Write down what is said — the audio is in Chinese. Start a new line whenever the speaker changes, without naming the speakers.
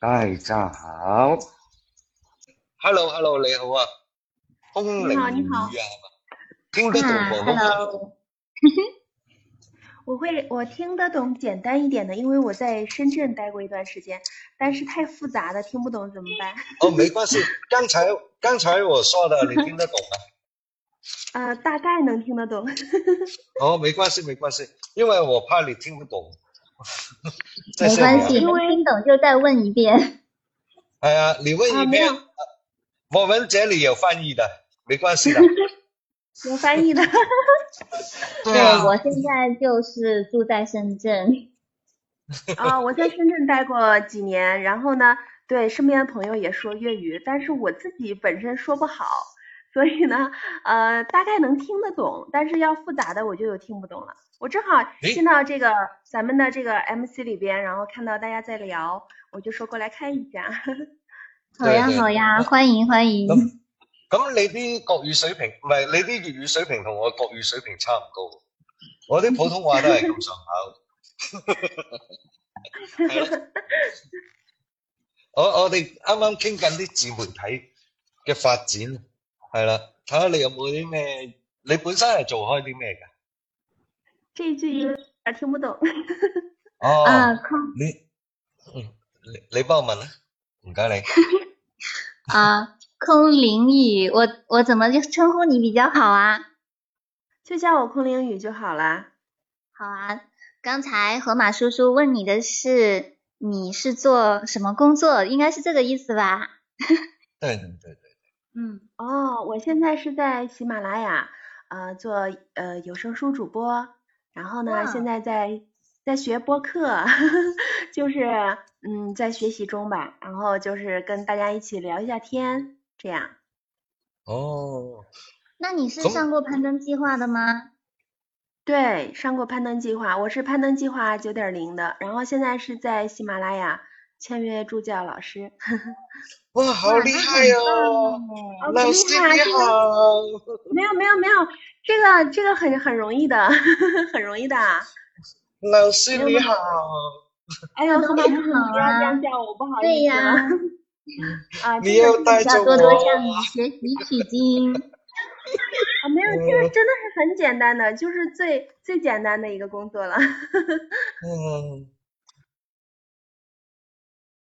大家好，
Hello，Hello，你好啊，空靈
你好你好
語啊，聽得懂
啊
廣東話
，Hello，我会我听得懂简单一点的，因为我在深圳待过一段时间，但是太复杂的听不懂怎么办？
哦，没关系，刚才刚才我说 的你聽得懂啊嗎？
呃，大概能听得懂。
哦，没關係，沒關係，因為我怕你聽不懂。 在
没
這裡啊
关系，没听懂就再问一遍。
哎呀，你问
啊
一
没
遍
有，
我们这里有翻译的，没关系 的。
有翻译的，
对啊，
我现在就是住在深圳，
啊、我在深圳待过几年，然后呢，对身边的朋友也说粤语，但是我自己本身说不好，所以呢，呃，大概能听得懂，但是要复杂的我就有听不懂了。我正好
诶
进到这个咱们的这个 MC 里边，然后看到大家在聊，我就说过来看一下。
好呀
对对
好呀，欢迎欢迎。
咁咁你啲國語水平，唔係你啲粵語水平同我國語水平差唔多。我啲普通話都係咁 上下。係咯我我哋啱啱傾緊啲自媒體嘅發展，係啦，睇下你有冇啲咩？你本身係做開啲咩㗎？
这一句有点听不懂。
哦，
啊，空
你嗯，你你幫我問啦，唔該你。
啊，空灵语，我我怎么就称呼你比较好啊？
就叫我空灵语就好啦。
好啊，刚才河马叔叔问你的是你是做什么工作，应该是这个意思吧？
對對對。
嗯，
哦，我现在是在喜马拉雅，呃，做呃有声书主播，然后呢，
哇
现在在在学播客， 就是嗯，在学习中吧，然后就是跟大家一起聊一下天，这样。
哦，
那你是
空
上过攀登计划的吗？
对，上过攀登计划，我是攀登计划九点零的，然后现在是在喜马拉雅签约助教老师。
哇，好
哇
厉
那
害
很
哦！
棒耶
好
老
厉
师
害啊
你
这个
好，
没有没有没有，这个这个很很容易的， 很容易的。啊
老师
没有
你
那么
好，
哎呀，
那
河
多
马
点
叔叔，
好
不要这样
啊
叫我，不好
对
意思了。
呀、
啊，
你
真的
要
是
带着
要多
我
多向你学习取经。
啊，没有，这个真的是很简单的，就是最最简单的一个工作了。
嗯，